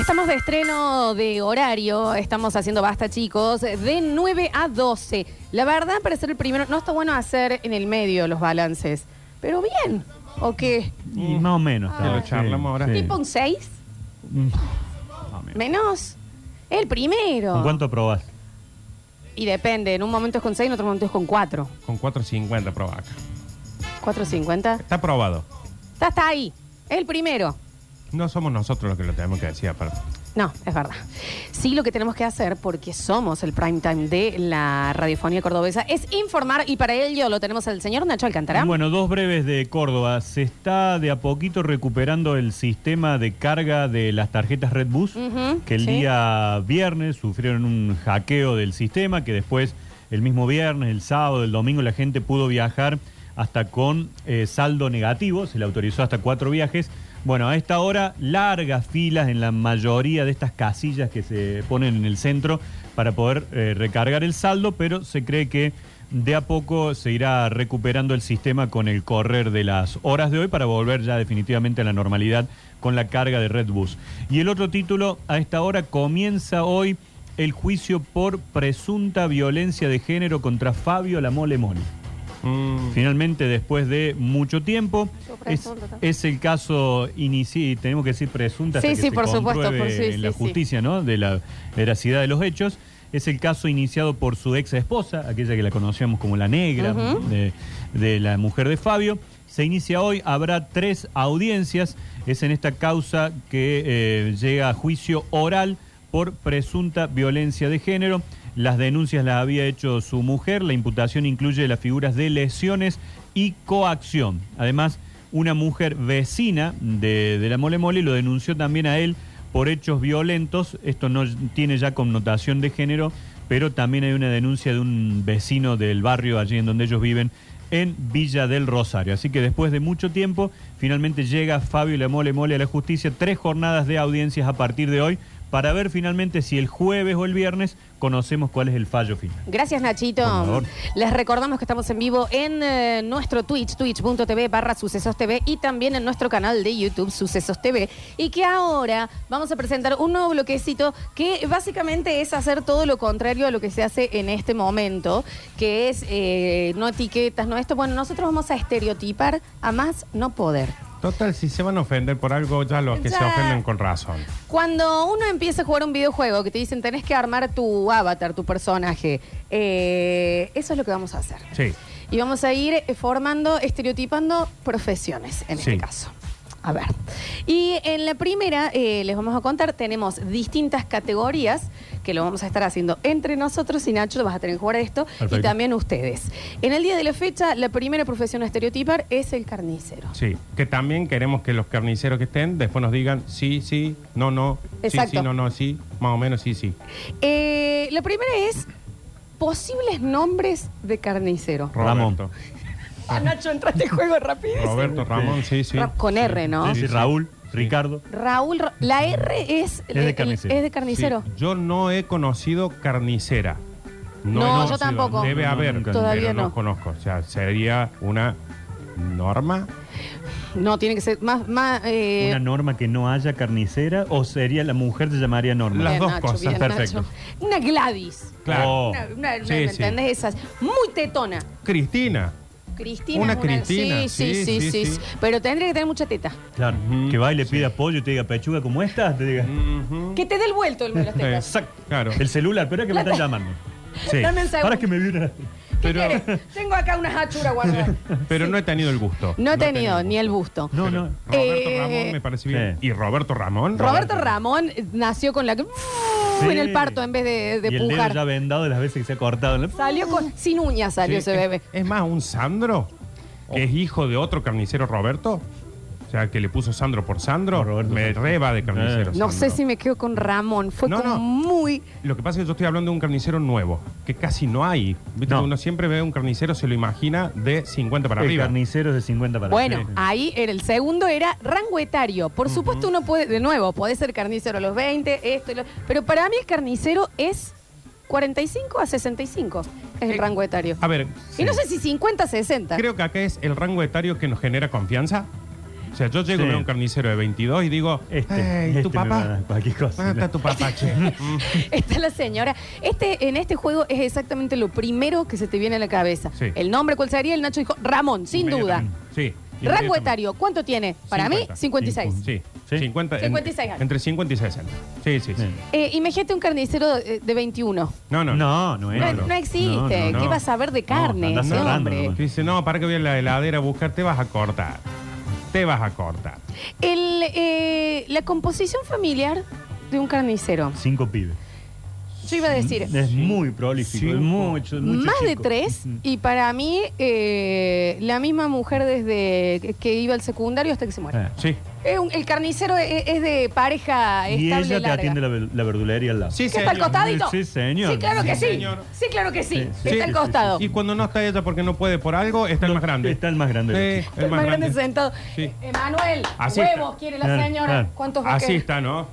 Estamos de estreno de horario, estamos haciendo basta chicos, de 9 a 12. La verdad, para ser el primero, no está bueno hacer en el medio los balances, pero bien, ¿o qué? Y más o menos. Ah. tal vez, Que lo sí, charlamos ahora. sí. ¿Tipo un 6? Mm, más o menos. ¿Menos? El primero. ¿Con cuánto probás? Y depende, en un momento es con 6, en otro momento es con 4. Con 4.50 proba acá. 4.50. Está probado. Está, está ahí, el primero. No somos nosotros los que lo tenemos que decir aparte. No, es verdad. Sí, lo que tenemos que hacer, porque somos el prime time de la radiofonía cordobesa, es informar, y para ello lo tenemos al señor Nacho Alcantará. Bueno, dos breves de Córdoba. Se está de a poquito recuperando el sistema de carga de las tarjetas Redbus, Ujú, que el sí. día viernes sufrieron un hackeo del sistema, que después el mismo viernes, el sábado, el domingo, la gente pudo viajar hasta con eh, saldo negativo, se le autorizó hasta cuatro viajes. Bueno, a esta hora largas filas en la mayoría de estas casillas que se ponen en el centro para poder eh, recargar el saldo, pero se cree que de a poco se irá recuperando el sistema con el correr de las horas de hoy para volver ya definitivamente a la normalidad con la carga de Redbus. Y el otro título, a esta hora comienza hoy el juicio por presunta violencia de género contra Fabio Lamole Moni. Mm, Finalmente, después de mucho tiempo, Yo es, presunto también. es el caso inici tenemos que decir presunta hasta Sí, que sí, se por supuesto, compruebe por- sí, en sí, la sí. justicia, ¿no? De la veracidad de los hechos. Es el caso iniciado por su ex esposa, aquella que la conocíamos como la negra, Ujú. de, de la mujer de Fabio. Se inicia hoy, habrá tres audiencias. Es en esta causa que eh, llega a juicio oral por presunta violencia de género. Las denuncias las había hecho su mujer. La imputación incluye las figuras de lesiones y coacción. Además, una mujer vecina de, de la Mole Mole lo denunció también a él por hechos violentos. Esto no tiene ya connotación de género, pero también hay una denuncia de un vecino del barrio allí en donde ellos viven en Villa del Rosario. Así que después de mucho tiempo, finalmente llega Fabio Lamole Mole a la justicia, tres jornadas de audiencias a partir de hoy, para ver finalmente si el jueves o el viernes conocemos cuál es el fallo final. Gracias, Nachito. Por favor. Les recordamos que estamos en vivo en eh, nuestro Twitch, twitch.tv barra Sucesos TV y también en nuestro canal de YouTube, Sucesos TV. Y que ahora vamos a presentar un nuevo bloquecito que básicamente es hacer todo lo contrario a lo que se hace en este momento, que es eh, no etiquetas, no esto. Bueno, nosotros vamos a estereotipar a más no poder. Total, si se van a ofender por algo, ya los que se Ya. ofenden con razón. Cuando uno empieza a jugar un videojuego que te dicen tenés que armar tu avatar, tu personaje, eh, eso es lo que vamos a hacer. Sí. Y vamos a ir eh, formando, estereotipando profesiones en Sí. este caso. A ver. Y en la primera, eh, les vamos a contar, tenemos distintas categorías que lo vamos a estar haciendo entre nosotros y Nacho, vas a tener que jugar a esto, y Perfecto. también ustedes. En el día de la fecha, la primera profesión a estereotipar es el carnicero. Sí. Que también queremos que los carniceros que estén después nos digan sí, sí, no, no, Exacto. sí, sí, no, no, sí, más o menos sí, sí. Eh, la primera es posibles nombres de carnicero. Ramón. Roberto. Ah, Nacho, entraste en juego rapidísimo. Roberto, Ramón, sí, sí. Ra- Con R, Ah. ¿no? Sí, sí, Raúl, Ricardo. Raúl, Ra- la R es, eh, Es de carnicero. es de carnicero. Sí. Yo no he conocido carnicera. No, he yo conocido. tampoco. Debe No, no, haber, nunca. Todavía pero no. no. conozco. O sea, sería una norma. No, tiene que ser más... más eh, Una norma que no haya carnicera o sería la mujer se llamaría norma. las bien, dos Nacho, cosas, bien, perfecto. Nacho. Una Gladys. Claro. Oh. Una, una- una- Sí, ¿me sí. entendés? Esas. Muy tetona. Cristina. Cristina. Una es Cristina, Sí sí sí, sí, sí, sí, sí. Pero tendría que tener mucha teta. Claro, Ujú, que va y le pida pollo y te diga pechuga como esta, te diga Ujú. Que te dé el vuelto el de las tetas. Exacto. Claro. el celular, pero es que me están llamando. Sí. Dame un segundo. Para que me viene. ¿Qué Pero- querés? Tengo acá unas hachuras guardadas. Pero no he tenido el gusto. No he tenido ni el busto. No, no. Roberto Eh, Ramón me parece bien. sí. ¿Y Roberto Ramón? Roberto Ramón nació con la... En el parto en vez de, de y el dedo pujar. ya vendado de las veces que se ha cortado. ¿no? Salió con... Sin uñas Sí, salió ese es- bebé. Oh. Es más, un Sandro, que es hijo de otro carnicero Roberto. O sea, que le puso Sandro por Sandro. Por Roberto. me reba de carnicero. No Sandro. sé si me quedo con Ramón. Fue No, como no. muy... Lo que pasa es que yo estoy hablando de un carnicero nuevo, que casi no hay. ¿Viste? No. Uno siempre ve un carnicero, se lo imagina de 50 para El arriba. carnicero es de 50 para Bueno, ah. arriba. ahí era el segundo era rango etario. Por supuesto, uno puede, de nuevo, puede ser carnicero a los 20, esto y lo. Pero para mí, el carnicero es 45 a 65, es el Eh, rango etario. A ver, Y no sé si 50 a 60. creo que acá es el rango etario que nos genera confianza. O sea, yo llego Sí. y veo un carnicero de 22 y digo, Este, "Ey, este ¿tu me va a papá? dar cualquier cosa". ¿Dónde está tu papá, che? Mm. Está la señora. Este, en este juego es exactamente lo primero que se te viene a la cabeza. Sí. El nombre, ¿cuál sería? El Nacho dijo Ramón, sin duda. Inmediatamente. Sí. Rango inmediatamente. etario, ¿cuánto tiene? Para mí, 56. Sí, Sí. 50, en- 56 años. entre 50 y 60. Sí, sí, sí. Bien. Eh, imagínate un carnicero eh, de 21. No, no. No, no es. No, no. no existe. No, no, ¿Qué no. vas a saber de No, carne? andás ese cerrando hombre? nomás. Que Dice, no, para que voy a la heladera a buscar, te vas a cortar. Te vas a cortar. El, eh, la composición familiar de un carnicero. Cinco pibes. Mm, Yo iba a decir, Es muy prolífico. Cinco. es mucho, mucho más de chico. Mm. tres. Y para mí, eh, la misma mujer desde que- que iba al secundario hasta que se muere. Eh. Sí. Es un- el carnicero es, es de pareja Y estable ella te larga. atiende la, ve- la verdulería al lado. Sí, ¿Qué está al señor. costadito? Sí, señor. Sí, claro que Sí, sí. señor. Sí, claro que sí. Sí, sí, está sí, al sí, costado. Y cuando no está ella porque no puede por algo, está el más grande. Está el más grande. de los Sí, chicos. El más grande sentado. Sí. Emanuel, Así huevos está. quiere la Claro, señora. claro. ¿Cuántos va a Así querer? está, ¿no?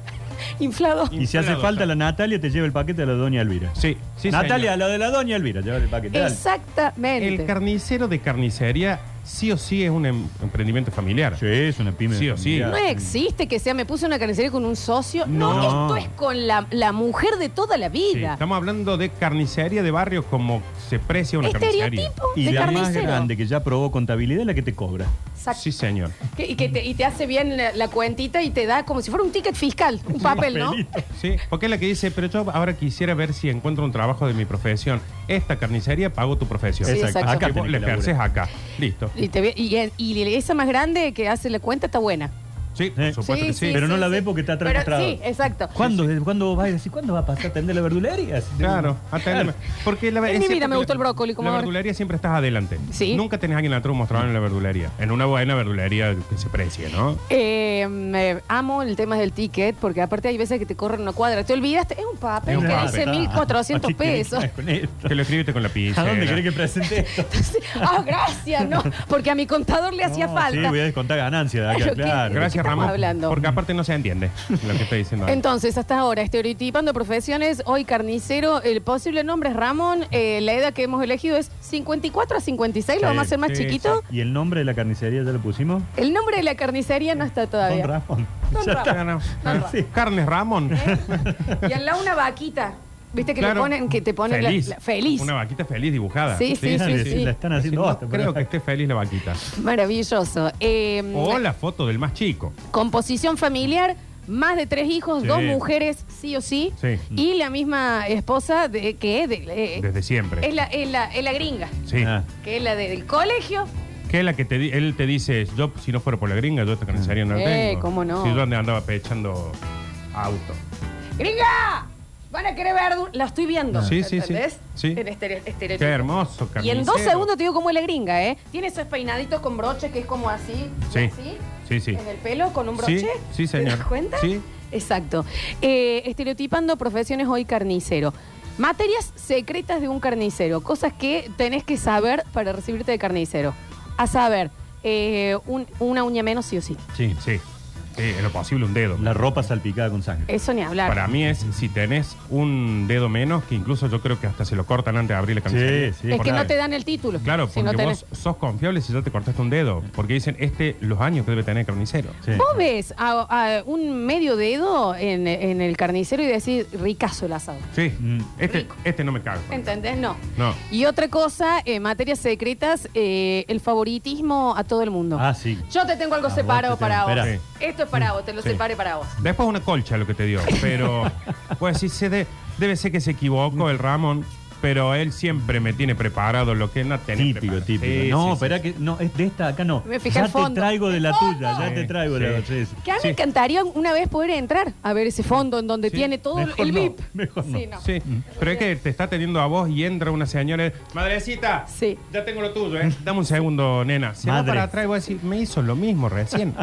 Inflado. Y si hace Inflado, falta está. la Natalia, te lleva el paquete a la doña Elvira. Sí, sí, Natalia, señor. lo de la doña Elvira, lleva el paquete. dale. Exactamente. El carnicero de carnicería sí o sí es un em- emprendimiento familiar. Sí, es una pyme. Sí o sí. familiar. no existe que sea, me puse una carnicería con un socio. No, No. esto es con la, la mujer de toda la Sí, vida. Estamos hablando de carnicería de barrio como se precia una carnicería. Estereotipo Y de la carnicero. más grande que ya probó contabilidad es la que te cobra. Exacto. Sí, señor. Que- y, que te, y te hace bien la, la cuentita y te da como si fuera un ticket fiscal, un papel, ¿no? Papelito. Sí, porque es la que dice, pero yo ahora quisiera ver si encuentro un trabajo de mi profesión. Esta carnicería pago tu profesión. Sí, exacto. Acá Acá vos la tenés que ejerces acá. Listo. Y, te ve- y- y esa más grande que hace la cuenta está buena. Sí, Sí, por supuesto que sí. Pero no la ve porque está atrás Pero mostrado. Sí, exacto. ¿Cuándo, ¿Cuándo va a decir cuándo va a pasar a atender la verdulería? Claro, aténdeme. Porque la, En es mi vida cierto me que gustó la- el brócoli, como La ahora. verdulería siempre estás adelante. Sí. Nunca tenés a alguien atrás mostrado en la verdulería. En una buena verdulería que se precie, ¿no? Eh, me- amo el tema del ticket porque aparte hay veces que te corren una cuadra. Te olvidaste, es un papel Es un que papel. Ah, dice 1400 pesos. Que lo escribiste con la pizza. ¿A dónde querés que presente esto? Ah, gracias, ¿no? Porque a mi contador le hacía No, Sí, falta. voy a descontar ganancias de Pero acá, qué- claro. qué Gracias, estamos Ramón. hablando? Porque aparte no se entiende lo que está diciendo. ahí. Entonces, hasta ahora, estereotipando profesiones, hoy carnicero, el posible nombre es Ramón, eh, la edad que hemos elegido es 54 a 56, lo Sí, vamos a hacer más sí, chiquito. ¿Y el nombre de la carnicería ya lo pusimos? El nombre de la carnicería no está Don todavía. Ramón. Don Ya Ramón. está. No, no. No, no. Sí. Carnes Ramón. Y al lado una vaquita. ¿Viste que Claro. le ponen, que te ponen la- feliz. la- feliz. Una vaquita feliz dibujada. Sí, sí, Dejan de sí, decir, sí. La están haciendo No hasta por creo acá. que esté feliz la vaquita. Maravilloso. Eh, O la foto del más chico. Composición familiar, más de tres hijos, Sí. dos mujeres, sí o sí. Sí. Mm. Y la misma esposa de, que es de- eh, Desde siempre. es la, es la- es la gringa, Sí. Ah. que es la de- del colegio. Que es la que te di- él te dice, yo si no fuera por la gringa, yo Mm. esta carnicería no la Eh, tengo. cómo no. Si yo and- andaba pechando auto. ¡Gringa! Van a querer ver. La estoy viendo. Sí, sí, sí. ¿entendés? Sí. En estere- estereotipo. Qué hermoso, Y carnicero. en dos segundos te digo cómo es la gringa, ¿eh? Tiene esos peinaditos con broche que es como así. y Sí. así, Sí, sí. En el pelo, con un broche. Sí, sí, ¿Te señor. das cuenta? Sí. Exacto. Eh, estereotipando profesiones hoy carnicero. Materias secretas de un carnicero. Cosas que tenés que saber para recibirte de carnicero. A saber, eh, un- una uña menos sí o sí. Sí, sí. Sí, en lo posible un dedo. La ropa salpicada con sangre. Eso ni hablar. Para mí es si tenés un dedo menos, que incluso yo creo que hasta se lo cortan antes de abrir la carnicería. Sí, sí. es que claro. no te dan el título. Claro, si porque no tenés- vos sos confiable si ya te cortaste un dedo. Porque dicen, este, los años que debe tener el carnicero. Sí. Vos ves a, a un medio dedo en, en el carnicero y decís, ricazo el asado. Sí, Mm. este, Rico. este no me cago. ¿Entendés? No. No. Y otra cosa, en materias secretas, eh, el favoritismo a todo el mundo. Ah, sí. Yo te tengo algo A vos separado te para tengo- vos. espera. Esto es para vos, te lo Sí. separé para vos. Después una colcha lo que te dio, pero pues sí se de- debe ser que se equivocó el Ramón, pero él siempre me tiene preparado lo que no tenía. Típico, preparado. típico. Sí, no, sí, espera que. No, es de esta acá no. Me fijé ya el fondo. te traigo de la ¡El fondo! tuya, ya te Sí, traigo de la sí. sí, sí. Que a mí Sí. me encantaría una vez poder entrar a ver ese fondo en donde Sí. tiene todo Mejor el no, VIP. mejor Sí, no. no. Sí, pero es que te está atendiendo a vos y entra una señora. y, Madrecita, Sí. ya tengo lo tuyo, ¿eh? Dame un segundo, nena. Se va Madre. para atrás y voy a decir, me hizo lo mismo recién.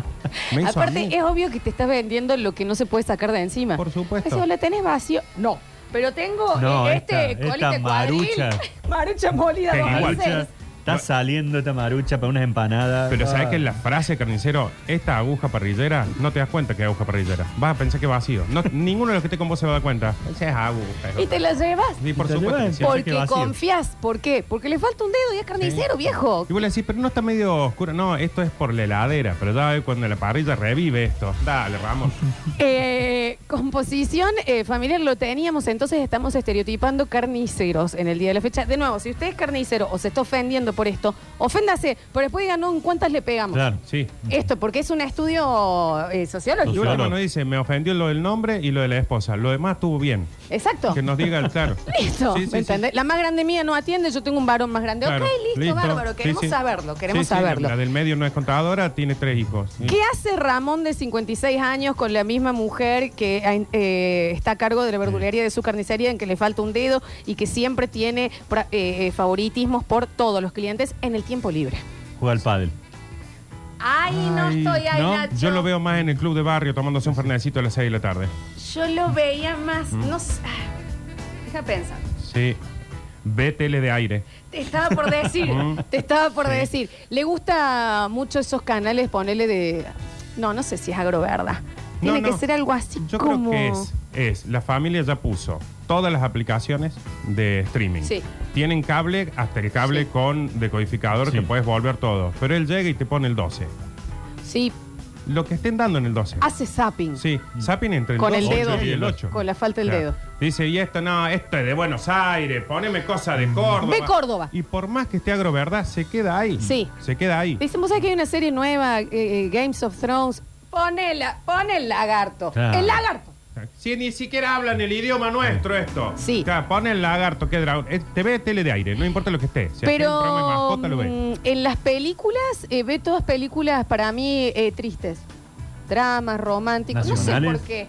Me hizo a Aparte, mí. es obvio que te estás vendiendo lo que no se puede sacar de encima. Por supuesto. Eso la tenés vacío. No. Pero tengo No, eh, esta- este colite esta cuadril. marucha. Marucha molida Que dos igual. veces. Está saliendo esta marucha para unas empanadas. Pero sabes Ah. que en la frase, carnicero, esta aguja parrillera, no te das cuenta que es aguja parrillera. Vas a pensar que es vacío. No, ninguno de los que esté con vos se va a dar cuenta. Esa es aguja. Y te la llevas. Sí, por Y te supuesto. que llevan. sí. Por- que Porque vacío. confías. ¿Por qué? Porque le falta un dedo y es carnicero, viejo. Y vos le decís, pero no está medio oscuro. No, esto es por la heladera. Pero ya ves, cuando la parrilla revive esto. Dale, Ramos. Eh, composición eh, familiar lo teníamos, entonces estamos estereotipando carniceros en el día de la fecha. De nuevo, si usted es carnicero o se está ofendiendo por esto, oféndase, pero después digan, no, ¿en cuántas le pegamos? Claro. Sí. Esto, porque es un estudio eh, Y sociológico. Social. último nos dice, me ofendió lo del nombre y lo de la esposa. Lo demás estuvo bien. Exacto. Que nos diga el claro. Listo, Sí, sí, ¿me sí. entendés? La más grande mía no atiende, yo tengo un varón más grande. Claro. ok, listo, bárbaro, queremos Sí, sí. saberlo, queremos Sí, sí, saberlo. La del medio no es contadora, tiene tres hijos. ¿Qué hace Ramón de 56 años con la misma mujer que eh, está a cargo de la verdulería de su carnicería en que le falta un dedo y que siempre tiene pra- eh, eh, favoritismos por todos los clientes en el tiempo libre? Juega al pádel. Ay, no Ay, estoy ahí, no, Nacho. Yo lo veo más en el club de barrio tomándose un fernecito a las 6 de la tarde. Yo lo veía más, Mm. no sé. ah, Deja pensar. Sí. BTL de aire. Te estaba por decir, Mm. te estaba por Sí. decir. Le gusta mucho esos canales, ponele de. No, no sé si es agroverdad. No, Tiene que no. ser algo así Yo como. creo que es, es, la familia ya puso todas las aplicaciones de streaming. Sí. Tienen cable, hasta el cable Sí. con decodificador Sí. que puedes volver todo. Pero él llega y te pone el 12. Sí, Lo que estén dando en el 12. hace zapping. Sí, Sapien entre el Con el 12 dedo. y el 8. Con la falta del dedo. Dice, y esto no, esto es de Buenos Aires, poneme cosa de Córdoba. De Córdoba. Y por más que esté agroverdad, se queda ahí. Sí. Se queda ahí. Dicen, ¿vos sabés que hay una serie nueva, eh, eh, Games of Thrones? Ponela, pon el lagarto. Claro. El lagarto. Si ni siquiera hablan el idioma nuestro esto. Sí. Claro, pon el lagarto, que dragón. Eh, te ve tele de aire, no importa lo que esté. Si hace un programa de Pero mascota, lo ve. mm, en las películas, eh, ve todas películas para mí eh, tristes. Dramas, románticos, no sé por Nacionales. qué.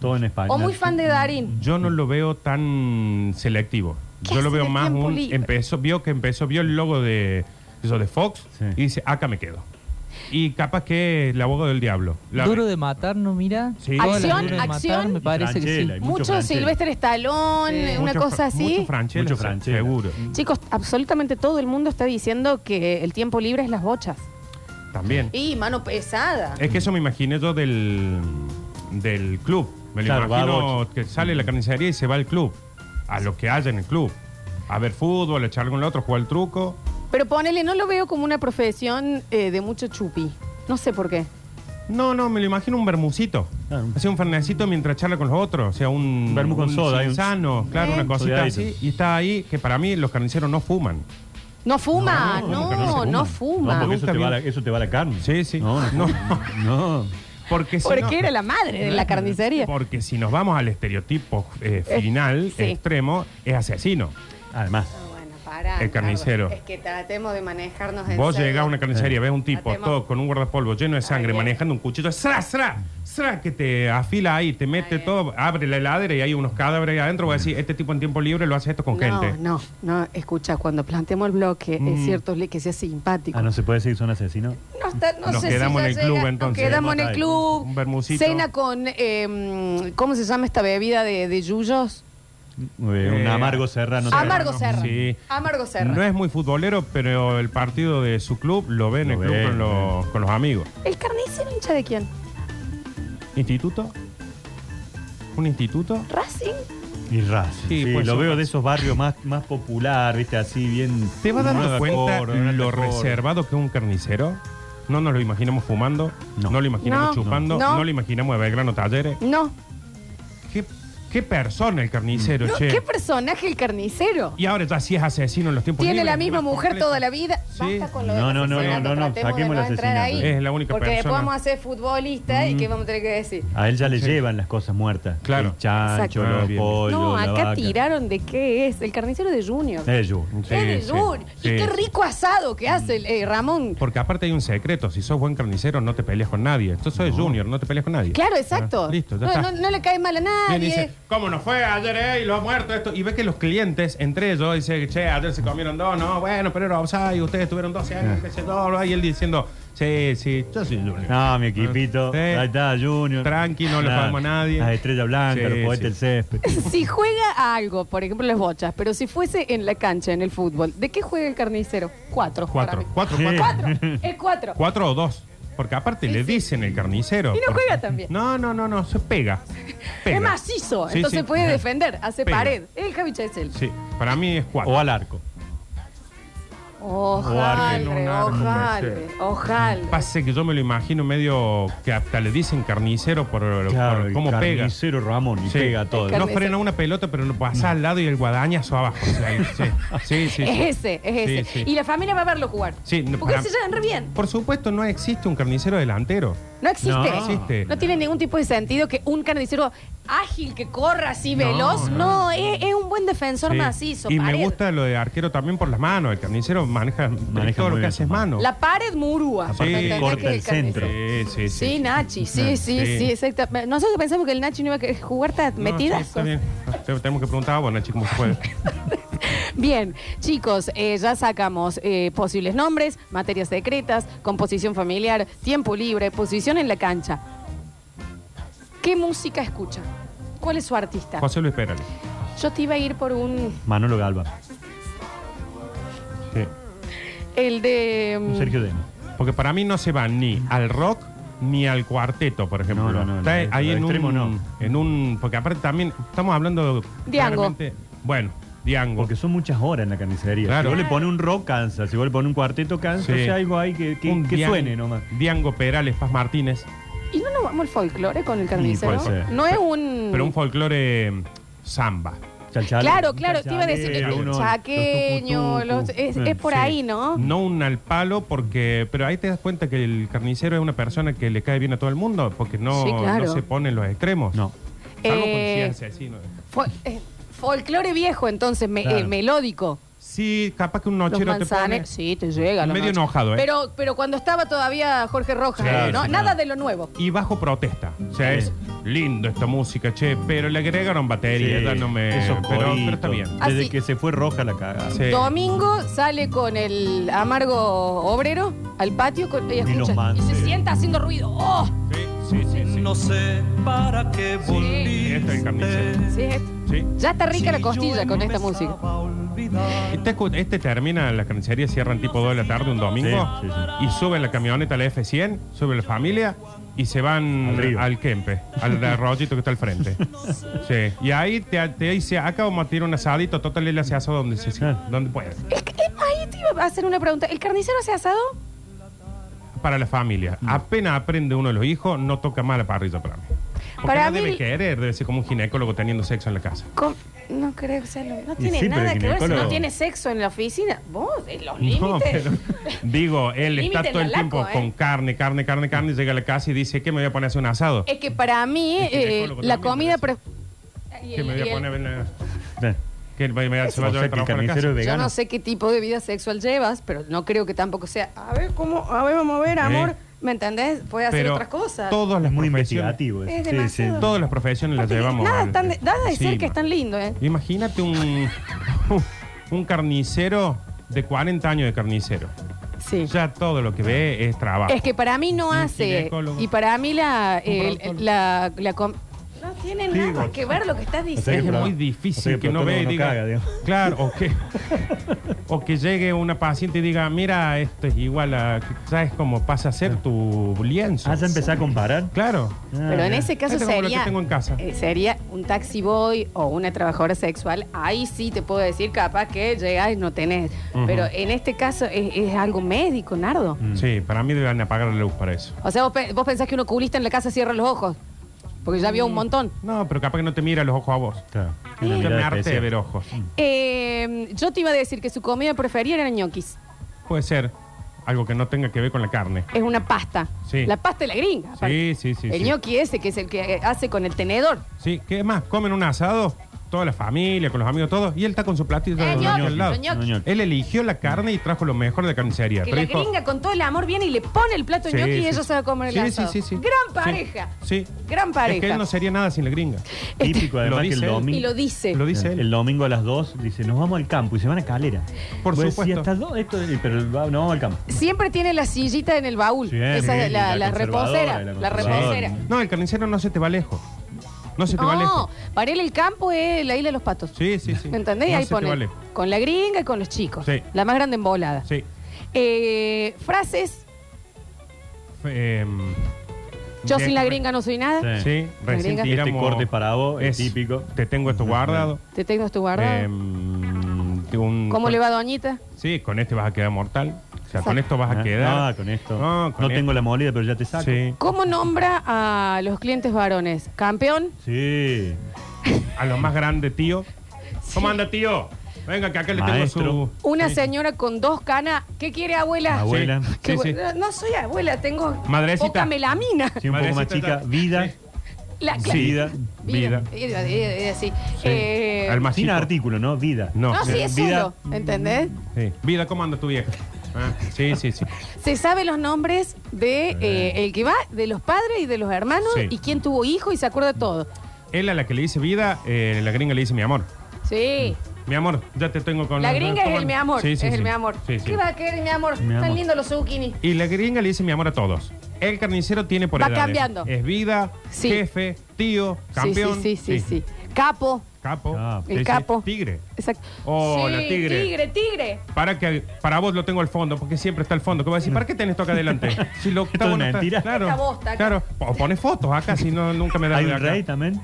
Todo en español. O muy fan de Darín. Yo no lo veo tan selectivo. ¿Qué Yo lo hace veo de más tiempo un. libre? Empezó, vio que empezó, vio el logo de eso de Fox Sí. y dice, acá me quedo. Y capaz que el abogado del diablo. La- Duro de matar, ¿no mira? Sí. Todas las Acción, Duro de Matar, acción. me parece que sí. Franchella, Hay mucho Mucho Franchella. Silvestre Stallone, Sí. una Mucho cosa fra- así. Mucho Franchella, Mucho se- Franchella. Seguro. Chicos, absolutamente todo el mundo está diciendo que el tiempo libre es las bochas. Mm. También. Y mano pesada. Es que eso me imaginé yo del, del club. Me lo Claro, va a imagino bocha. Mm. que sale la carnicería y se va al club. A lo que haya en el club. A ver fútbol, a echar con el otro, jugar al truco. Pero ponele, no lo veo como una profesión eh, de mucho chupi. No sé por qué. No, no, me lo imagino un bermucito. Claro, un- Así un fernecito mientras charla con los otros. O sea, un. Un vermú con un soda, hay un- sano, claro, una Eh. cosita Sodeadito. así. Y está ahí que para mí los carniceros no fuman. No fuma, ¿cómo no, que se no, fuma? fuma. No, porque eso Nunca te, va a vi- la, eso te va a la carne. Sí, sí. No, no. no. Porque si porque no- era la madre de la carnicería. Porque si nos vamos al estereotipo eh, Eh, final, sí. extremo, es asesino. Además. No, bueno, pará, El carnicero. Carlos. Es que tratemos de manejarnos Ah, en Vos serio. llegás a una carnicería, ves un tipo Tratemos- todo con un guardapolvo lleno de sangre, bien. manejando un cuchillo, ¡sra, sra! ¡sra! que te afila ahí, te mete bien. todo, abre la heladera y hay unos cadáveres ahí adentro. Voy a decir, este tipo en tiempo libre lo hace esto con No, gente. Mm. no, no, escucha, cuando planteemos el bloque, es cierto le- que sea simpático. Ah, no se puede decir que son asesinos. No está- no Nos sé si quedamos ya en el llega. club, Nos entonces. quedamos en el Ahí. club. Un vermucito. Cena con, eh, ¿cómo se llama esta bebida de, de yuyos? Eh, un amargo serrano. Serrano. Amargo Serra. Sí. Amargo Serra. No es muy futbolero, pero el partido de su club lo ve en Lo el ve, club con, lo los- con los amigos. ¿El carnicero hincha de quién? ¿Instituto? ¿Un instituto? ¿Racing? Y ras. Sí, Sí, pues, lo son- veo de esos barrios más, más popular, viste, así bien. ¿Te vas dando Nueva cuenta Córdoba, Nueva lo Córdoba. reservado que es un carnicero? No nos lo imaginamos fumando, no, No. lo imaginamos No. chupando, No. no. lo imaginamos de Belgrano Talleres. No. ¿Qué, qué persona el carnicero, No, che? ¿Qué personaje el carnicero? Y ahora ya sí es asesino en los tiempos Tiene libres, la misma más mujer completo. toda la vida. Sí. Basta con lo de No, no, no, no, no, no, saquemos el entrar asesinato. ahí. Es la única Porque después persona. Mm. vamos a ser futbolistas y qué vamos a tener que decir. A él ya le llevan las cosas muertas. Claro. El chancho, Exacto. Ah, los bien. pollos. No, la acá vaca. Eh, tiraron de qué es. El carnicero de Junior. Ellos. Sí, es de sí, Junior. sí. Y qué rico asado que hace el, eh, Ramón. Porque aparte hay un secreto, si sos buen carnicero no te peleas con nadie. Entonces soy junior, no te peleas con nadie. Claro, exacto. Ah, listo, ya no, está. no- no le cae mal a Bien, nadie. dice, ¿Cómo nos fue ayer, eh? Y los muertos, esto. Y ve que los clientes, entre ellos, dicen, che, ayer se comieron dos, no, bueno, pero era offside, ustedes tuvieron 12 años, qué sé yo, bla, y él diciendo, sí, sí, yo soy Junior. No, mi equipito. Sí. Ahí está, Junior. Tranqui, no le Claro. pagamos a nadie. Las estrellas blancas, Sí, los cohetes, sí. el césped. Si juega a algo, por ejemplo las bochas, pero si fuese en la cancha, en el fútbol, ¿de qué juega el carnicero? Cuatro. Cuatro, para mí. cuatro, Sí. cuatro. Cuatro. Es cuatro. Cuatro o dos. Porque aparte Sí, le sí. dicen el carnicero. Y no Porque- juega también. No, no, no, no, se pega. Pega. Es macizo, Sí, entonces sí. puede defender, hace Pega. pared. El Javi Chesel. Sí, para mí es cuatro. O al arco. O arque, Ojalre, no, un arco, ojalre, puede ojalre. Pase que yo me lo imagino medio que hasta le dicen carnicero por, por el cómo pega. carnicero Ramón y Sí. pega todo. El No Carnicero. frena una pelota, pero lo pasa al lado y el guadañazo abajo. O sea, sí, sí, sí, sí. Es ese, es Sí, ese. sí. Y la familia va a verlo jugar. Sí, no, Porque para- se llevan re bien. Por supuesto, no existe un carnicero delantero. No existe. No No, existe. tiene ningún tipo de sentido que un carnicero ágil que corra así No, veloz. No, no. es, es un buen defensor Sí. macizo. y pared. me gusta lo de arquero también por las manos. El carnicero maneja, Maneja todo muy lo que bien hace su es mano. mano. La pared murúa. Aparte ¿me que entendés? corta Que el carnicero. centro. Sí, sí, sí. Sí, Nachi, sí, sí, sí, Sí. exactamente. Nosotros pensamos que el Nachi no iba a querer jugar tan No, metidas. sí, está bien. Ah, Te- Tenemos que preguntar a vos, Nachi, cómo se puede. Bien, chicos, eh, ya sacamos eh, posibles nombres, materias secretas, composición familiar, tiempo libre, posición en la cancha. ¿Qué música escucha? ¿Cuál es su artista? José Luis Perales. Yo te iba a ir por un. Manolo Galva. Sí. El de. mm, Sergio Demi. Porque para mí no se va ni al rock ni al cuarteto, por ejemplo. No, no, no, Está no, ahí al en extremo un, no. en un. Porque aparte también estamos hablando. Diango. claramente- Bueno, Diango. Porque son muchas horas en la carnicería. Claro. Si vos le pones un rock, cansa. Si vos le pones un cuarteto, cansa. Sí. O sea, algo ahí que, que- Un que Dian- suene nomás. Diango Perales, Paz Martínez. ¿Y no nos vamos al folclore con el carnicero? puede ser. No es un. Pero un folclore eh, samba. Chalchale- Claro, claro, te iba a decir chalchalero, el uno- chaqueño, los los- tucutucu. es, es por Sí. ahí, ¿no? No un al palo, porque. Pero ahí te das cuenta que el carnicero es una persona que le cae bien a todo el mundo, porque no, Sí, claro. no se pone en los extremos. No. Salvo Eh, con ciencia, sí, no. Fol- eh, folclore viejo, entonces, me- Claro. eh, melódico. Sí, capaz que un Los nochero te pone. manzanes, sí, te llega. los Medio manzanes. enojado, ¿eh? Pero, pero cuando estaba todavía Jorge Rojas, Sí, ahí, ¿no? sí, Nada claro. de lo nuevo. Y bajo protesta. O sea, Sí. es lindo esta música, che, pero le agregaron batería, Sí, ya no me. esos pero, coritos. pero está bien. Así. Desde que se fue roja la cagada. Sí. Domingo sale con el amargo obrero al patio con- y, escucha, los y se mantes. sienta haciendo ruido. ¡Oh! Sí, sí, sí. sí. No sé para qué Sí. volviste. Esto es el carnicero. Sí, es- Sí. Ya está rica la Si costilla yo con esta empezaba música. a olvidar. Este, escu- este termina, las carnicerías cierran tipo 2 de la tarde un domingo Sí, sí, y suben la camioneta a la F100, suben la familia y se van Al río. Kempe, al arroyito que está al frente. Sí. Y ahí te, te dice, acá vamos a tirar un asadito, total él hace asado donde, se, Claro. donde puede. Es que- eh, ahí te iba a hacer una pregunta. ¿El carnicero hace asado? Para la familia. Mm. Apenas aprende uno de los hijos, no toca más la parrilla para mí. Porque Para no mí- debe querer, debe ser como un ginecólogo teniendo sexo en la casa. Con- No creo que sea lo No Y tiene sí, pero nada el que ver. Si no ginecólogo- tiene sexo en la oficina, vos, en los límites. No, pero digo, él está Límite todo el malaco, tiempo ¿eh? con carne, carne, carne, carne, y llega a la casa y dice, ¿qué me voy a poner a hacer un asado? Es que para mí, El eh, ginecólogo la también comida. parece. pre- y ¿Qué el- me voy y a el- poner? en Sí. ¿Qué me voy a se va a O sea, llevar que el trabajo a la casa? carnicero Yo es vegano. no sé qué tipo de vida sexual llevas, pero no creo que tampoco sea. A ver, ¿cómo? A ver, vamos a ver, amor. Sí. ¿Me entendés? Puede hacer Pero otras cosas. Todas las Muy profesiones, investigativo. eso. Es demasiado. todas las profesiones las Aparte, llevamos. Nada, al- tan de, nada de ser Sí, que es tan lindo, ¿eh? Imagínate un, un carnicero de 40 años de carnicero. Sí. Ya todo lo que ve es trabajo. Es que para mí no Un hace. ginecólogo. Y para mí la. eh, el- proctólogo. la, la com- no tiene Sí, nada vos- que ver lo que estás sea diciendo. es que muy pro- difícil o sea que que no proctólogo ve y no diga. caga, digamos. claro, o que, o que llegue una paciente y diga, mira, esto es igual a. ¿Sabes cómo pasa a ser tu lienzo? Ah, ya empezás a comparar. Claro. Ah, Pero en bien. ese caso Esto es como lo que sería, tengo en casa. eh, sería un taxi boy o una trabajadora sexual. Ahí sí te puedo decir, capaz que llegás y no tenés. Pero en este caso es, es algo médico, Nardo. Mm. Sí, para mí deben apagar la luz para eso. O sea, vos, pe- vos pensás que un oculista en la casa cierra los ojos. Porque ya Mm. vio un montón. No, pero capaz que no te mira los ojos a vos. Claro. Mm. Yo Una me mirada harté de especial. ver ojos. Eh, yo te iba a decir que su comida preferida eran ñoquis. Puede ser algo que no tenga que ver con la carne. Es una pasta. Sí. La pasta de la gringa. aparte. Sí, sí, sí. el sí. ñoqui ese que es el que eh, hace con el tenedor. Sí, ¿qué más? ¿Comen un asado? toda la familia, con los amigos, todos, y él está con su platito Eh, de ñoqui, ñoqui al lado. son ñoqui. Ñoqui. Él eligió la carne y trajo lo mejor de la carnicería. Que Pero la dijo, gringa con todo el amor viene y le pone el plato Sí, ñoqui y sí, ella sí. se va a comer el Sí, asado. sí, sí, sí. Gran Sí, pareja. Sí. Gran Es que pareja. él no sería nada sin la gringa. Típico, además, Lo que el dice él. domingo. Este- Y lo dice. Lo dice El él. domingo a las 2 dice, nos vamos al campo y se van a calera. Por Vos decís, supuesto. hasta las 2, esto, eh, pero va- nos vamos al campo. Este Siempre tiene la sillita en el baúl. Sí, Esa es sí, la, la la reposera. conservadora, La, la reposera. conservadora. No, el carnicero no se te va lejos. No se te va No, lejos. para él el campo es la isla de los patos. Sí, sí, sí. ¿Me entendés? No Ahí se te pone. va lejos. Con la gringa y con los chicos. Sí. La más grande embolada. Sí. Eh, frases. Em, Yo sin la bien, correcto. gringa no soy nada. Sí. Sí, recién Este tiramos. corte para vos es típico. Te tengo esto guardado. Te tengo tu guardado. Eh, Em, tengo un- ¿Cómo le va, doñita? Sí, con este vas a quedar mortal. O sea, con esto vas a Ah, quedar. ah, con esto. No, No, con tengo la molida, pero ya te saco. Sí. ¿Cómo nombra a los clientes varones? ¿Campeón? Sí. A lo más grande, tío. ¿Cómo anda, tío? Venga, que acá le tengo Maestro. su. Una señora con dos canas. ¿Qué quiere, abuela? Abue- Abuela. Sí, Que- sí, sí. No soy abuela, tengo Madrecita. poca melamina. Sí, un Madrecita poco más chica. ya. Vida. Sí. La- Sí. la- Vida. Vida. Vida. Vida, vida, vida, sí. Sí. Eh, Al más Sin chico. artículo, ¿no? Vida. No. no, sí, Eh, es vida- uno, ¿entendés? Sí. Vida, ¿cómo anda tu vieja? Ah, sí, sí, sí. Se sabe los nombres de eh, el que va, de los padres y de los hermanos, Sí. y quién tuvo hijo, y se acuerda de todo. Él a la que le dice vida, eh, la gringa le dice mi amor. Sí. Mi amor, ya te tengo con. La gringa es el mi amor. Sí, sí, es el sí. mi amor. Sí, sí. ¿Qué va a querer el mi amor? Mi Tan amor. lindos los zucchini. Y la gringa le dice mi amor a todos. El carnicero tiene por Va edades. cambiando. Es vida, Sí. jefe, tío, Sí, sí, campeón. sí, sí, sí. Capo. Capo. Ah, El Sí, sí. capo. Tigre. Exacto. Hola, Sí, tigre. Tigre, tigre. Para que para vos lo tengo al fondo, porque siempre está al fondo. ¿Qué vas a decir? ¿Para qué tenés esto acá adelante? Si lo Esto es no está- mentira. Claro. Esta bosta acá. Claro. O pones fotos acá, si no nunca me da Hay de un acá. rey también.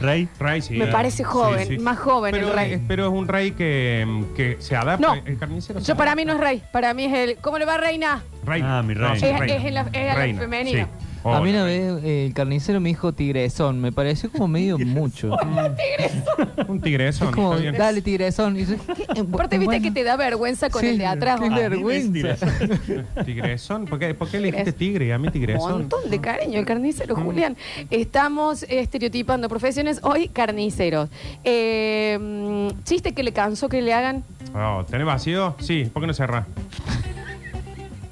Rey. Rey, sí. Me parece joven, más joven Pero el rey. es- Pero es un rey que, mm, que se adapta. No. El carnicero se Yo para adapta. mí no es rey. Para mí es el. ¿Cómo le va, reina? Reina. Ah, mi No, reina. sí, Es- reina. es en la- es a la Reina, femenina. sí. A Hola. mí una vez eh, el carnicero me dijo tigresón, me pareció como medio mucho. Un tigreso. Es como, dale tigresón. Y yo, ¿qué? Aparte, viste Bueno. que te da vergüenza con Sí, el de atrás. qué ¿no? Ah, ver- vergüenza. Tigresón, ¿por qué, por qué le dijiste tigre? A mí Un tigresón. montón de cariño el carnicero, Mm. Julián. Estamos estereotipando profesiones hoy carniceros. Eh, mm, chiste que le cansó que le hagan. Oh, ¿Tenés vacío? Sí, ¿por qué no cerrás?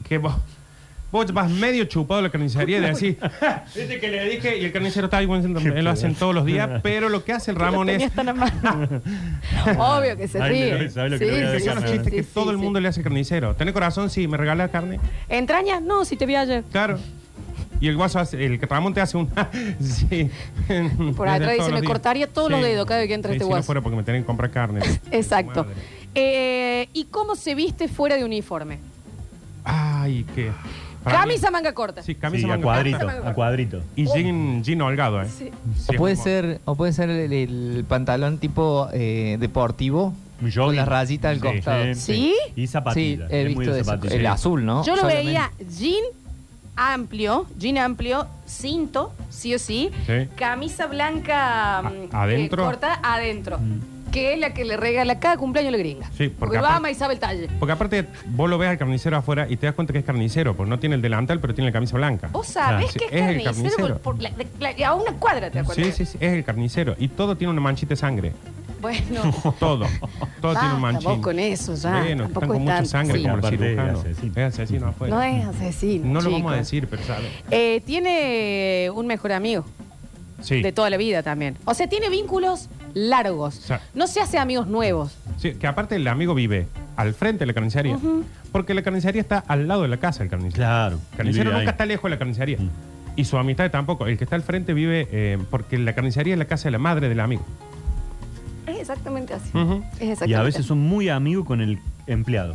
Que vos, vos vas medio chupado a la carnicería y decís, "Ja, viste que le dije, y el carnicero está ahí, bueno, él lo hacen todos los días, pero lo que hace el Ramón Tenía es... hasta la mano. Obvio que se Ay, ríe. me lo- ¿sabes lo que Sí, le voy a sí, dejar, Esos sí, son los ¿no? sí, chistes que sí, todo el sí. mundo le hace al carnicero. ¿Tenés corazón? Sí, ¿me regalás carne? ¿Entrañas? No, si te vi ayer. Claro. Y el guaso hace, el Ramón te hace un... "Ja, sí. Por atrás Todos dice, los me días. cortaría todos los dedos cada vez que entra Sí, este si no guaso. fuera porque me tienen que comprar carne. Exacto. Madre. Eh, ¿Y cómo se viste fuera de uniforme? Ay, qué... para mí- Camisa manga corta. Sí, Sí, camisa a manga cuadrito. corta. A cuadrito. Y jean, jean holgado, ¿eh? Oh. Sí. Sí, O puede es como- ser, o puede ser el, el pantalón tipo eh, deportivo Un jogging. con las rayitas al Sí, costado. Sí, Sí, ¿Sí? Y zapatilla. he es muy visto de eso. zapatilla. El azul, ¿no? Yo lo Solamente. veía jean amplio, jean amplio, cinto, sí o sí, Sí. camisa blanca mm, A- Ah, adentro. Mm. eh, corta adentro, que es la que le regala cada cumpleaños la gringa. Sí, porque porque va aparte- y sabe el talle. Porque aparte, vos lo ves al carnicero afuera y te das cuenta que es carnicero, porque no tiene el delantal, pero tiene la camisa blanca. Vos sabés Ah, sí, que es, es el carnicero, carnicero. por- por la- de- la- a una cuadra, ¿te acuerdas? Sí, sí, sí, es el carnicero. Y todo tiene una manchita de sangre. Bueno, Todo. todo tiene basta vos un manchín. con eso ya, Bueno, tampoco están con es mucha tanto, sangre sí. como los Aparte de cirujanos. asesino. Es asesino afuera. no es asesino. No lo vamos a chicos. decir, pero sabe. Eh, tiene un mejor amigo Sí. de toda la vida también. O sea, tiene vínculos largos. O sea- no se hace amigos nuevos. Sí, que aparte el amigo vive al frente de la carnicería. Porque la carnicería está al lado de la casa del carnicero. Claro. El carnicero Vive nunca ahí. está lejos de la carnicería. Mm. Y su amistad tampoco. El que está al frente vive eh, porque la carnicería es la casa de la madre del amigo. Es exactamente así. Mm. Ujú. Es exactamente Y a veces son muy amigos con el empleado.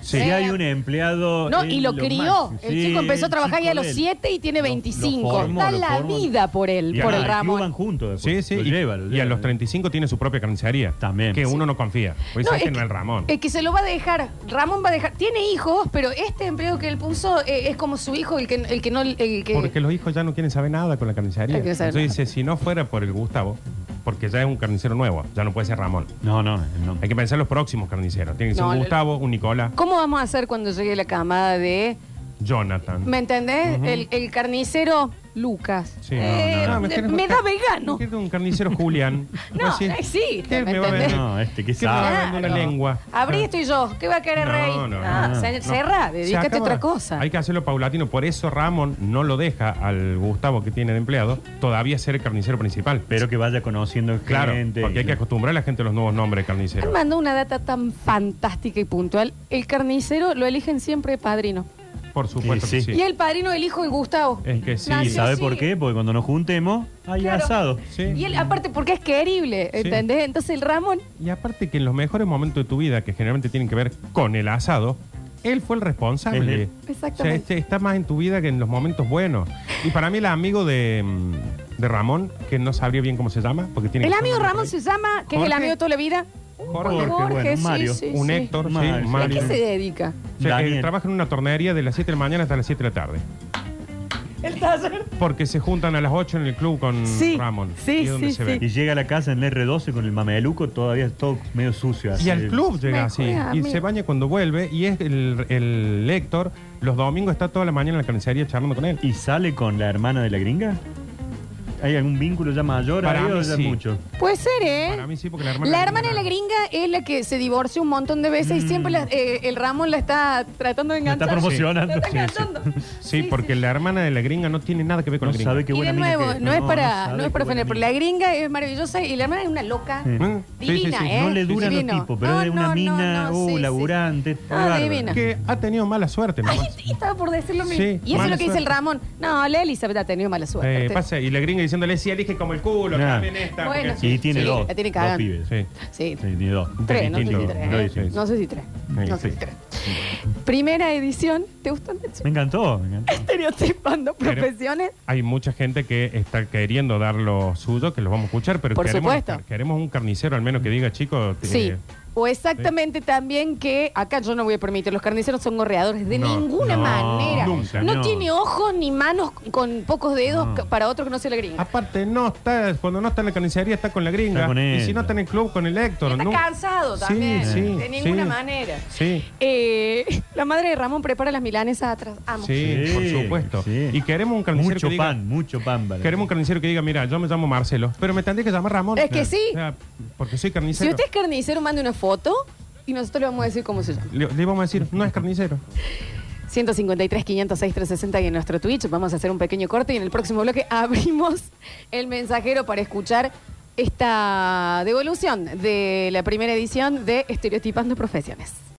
Sí. Si Eh, hay un empleado. No, es y lo crió. máximo. El Sí, chico empezó a el trabajar chico ya a los de él. 7 y tiene Lo- lo 25. formó, Está lo la formó. vida por él, Y por acá el al Van Ramón. juntos después. Sí, sí. Lo y, lleva, lo y a lleva. los 35 tiene su propia carnicería. También. Que Sí. uno no confía. Porque No, dice es que no que- es Ramón. El que se lo va a dejar, Ramón va a dejar. Tiene hijos, pero este empleo que él puso eh, es como su hijo, el que, el que no. El que, Porque los hijos ya no quieren saber nada con la carnicería. No quieren saber Entonces dice, si no fuera por el Gustavo, porque ya es un carnicero nuevo, ya no puede ser Ramón. No, no, no. Hay que pensar en los próximos carniceros. Tiene que ser No, un el- Gustavo, un Nicolás, ¿Cómo vamos a hacer cuando llegue la camada de.? Jonathan. ¿Me entendés? el, el carnicero Lucas. Sí, no, Eh, no, no. me- querés- me da vegano. Quiero un carnicero Julián. No, eh, Así. no existe. ¿Qué ¿me me va a entendés? vender? No, este, ¿qué ¿Qué me va a sabe? vender una lengua? Abrí esto y yo. ¿Qué va a querer No, reír? no, no, Ah, no. se- No. cerrá, Se dedícate a acaba. otra cosa. Hay que hacerlo paulatino. Por eso Ramón no lo deja al Gustavo que tiene de empleado todavía ser el carnicero principal. Pero que vaya conociendo claro, gente. porque hay que acostumbrar a la gente a los nuevos nombres de carnicero. Han mandado una data tan fantástica y puntual. El carnicero lo eligen siempre de padrino. Por supuesto Y sí. que sí. Y el padrino el hijo de Gustavo. Es que sí. ¿Y Nació sabe así. por qué? Porque cuando nos juntemos hay Claro. asado. Sí. Y él, aparte, porque es querible, Sí. ¿entendés? Entonces el Ramón Y aparte que en los mejores momentos de tu vida, que generalmente tienen que ver con el asado, él fue el responsable. Él Exactamente. O sea, este está más en tu vida que en los momentos buenos. Y para mí el amigo de, mm, de Ramón, que no sabría bien cómo se llama, porque tiene El que ser amigo un nombre Ramón por se ahí. llama, que es el Jorge. amigo de toda la vida. Jorge, bueno, Mario. un Héctor, sí, Mario. un ¿A ¿A Mario. qué se dedica? O sea, Daniel. él trabaja en una tornería de las 7 de la mañana hasta las 7 de la tarde. El taller. Porque se juntan a las 8 en el club con Sí, Ramón. sí, y es donde sí, se sí. ven. Y llega a la casa en el R12 con el mameluco, todavía todo medio sucio. Y así. al club llega así. Mejor Y amigo. se baña cuando vuelve. Y es el, el Héctor. Los domingos está toda la mañana en la carnicería charlando con él. ¿Y sale con la hermana de la gringa? ¿Hay algún vínculo ya mayor Para ahí o mí ya sí. mucho? Puede ser, ¿eh? Para mí sí, porque la hermana. La hermana de la gringa es la que se divorció un montón de veces y siempre la- eh, el Ramón la está tratando de La está enganchar. La promocionando. está Sí, sí. enganchando. Sí, porque la hermana de la gringa no tiene nada que ver con No la gringa. sabe qué Y de buena mina nuevo, que es. no, es para, sabe no es qué para buena ofender, pero mina. la gringa es maravillosa y la hermana es una loca. Sí. ¿Eh? Sí, sí, Divina, sí. ¿eh? No le duran los Divino. tipos, pero No, es una no, no, mina, no, uh, sí, sí. laburante. Ah, bárbara. divina. Que ha tenido mala suerte. Ay, nomás. estaba por decir lo mismo. Sí, y eso es mala lo que dice el suerte. Ramón. No, la Elizabeth ha tenido mala suerte. Eh, pasa, y la gringa diciéndole, sí, elige como el culo, Nah. cambien esta. Bueno, porque- Y tiene Sí, dos. la tiene dos cagando. pibes. Sí, Sí. Sí. tiene dos. Tres, no sé si Distinto, tres. dos ¿eh? distintos. No sé si tres. No sé si Sí. tres. Primera edición. ¿Te gustan? Me encantó, me encantó. Estereotipando Pero- profesiones. Hay mucha gente que está queriendo dar lo suyo, que los vamos a escuchar, pero Por queremos, supuesto. queremos un carnicero al menos que diga, chicos. eh, Sí. O exactamente también que acá yo no voy a permitir, los carniceros son gorreadores de No, ninguna no, manera. nunca, no, no. tiene ojos ni manos con pocos dedos ca- para otro que no sea la gringa. Aparte, no está, cuando no está en la carnicería está con la gringa. Está con y él. si no está en el club con el Héctor. Está no- cansado Sí, también, sí, de ninguna sí. manera. Sí. Eh, la madre de Ramón prepara las milanesas atrás. Amo. Sí, Sí, por supuesto. sí. Y queremos un carnicero Mucho que diga, pan, mucho pan. para- queremos un carnicero que diga, mira, yo me llamo Marcelo, pero me tendría que llamar Ramón. Es que sí. O sea, porque soy Si carnicero. usted es carnicero, mande una foto y nosotros le vamos a decir cómo se llama. le, le vamos a decir, no es carnicero. 153, 506, 360 y en nuestro Twitch. Vamos a hacer un pequeño corte y en el próximo bloque abrimos el mensajero para escuchar esta devolución de la primera edición de Estereotipando Profesiones.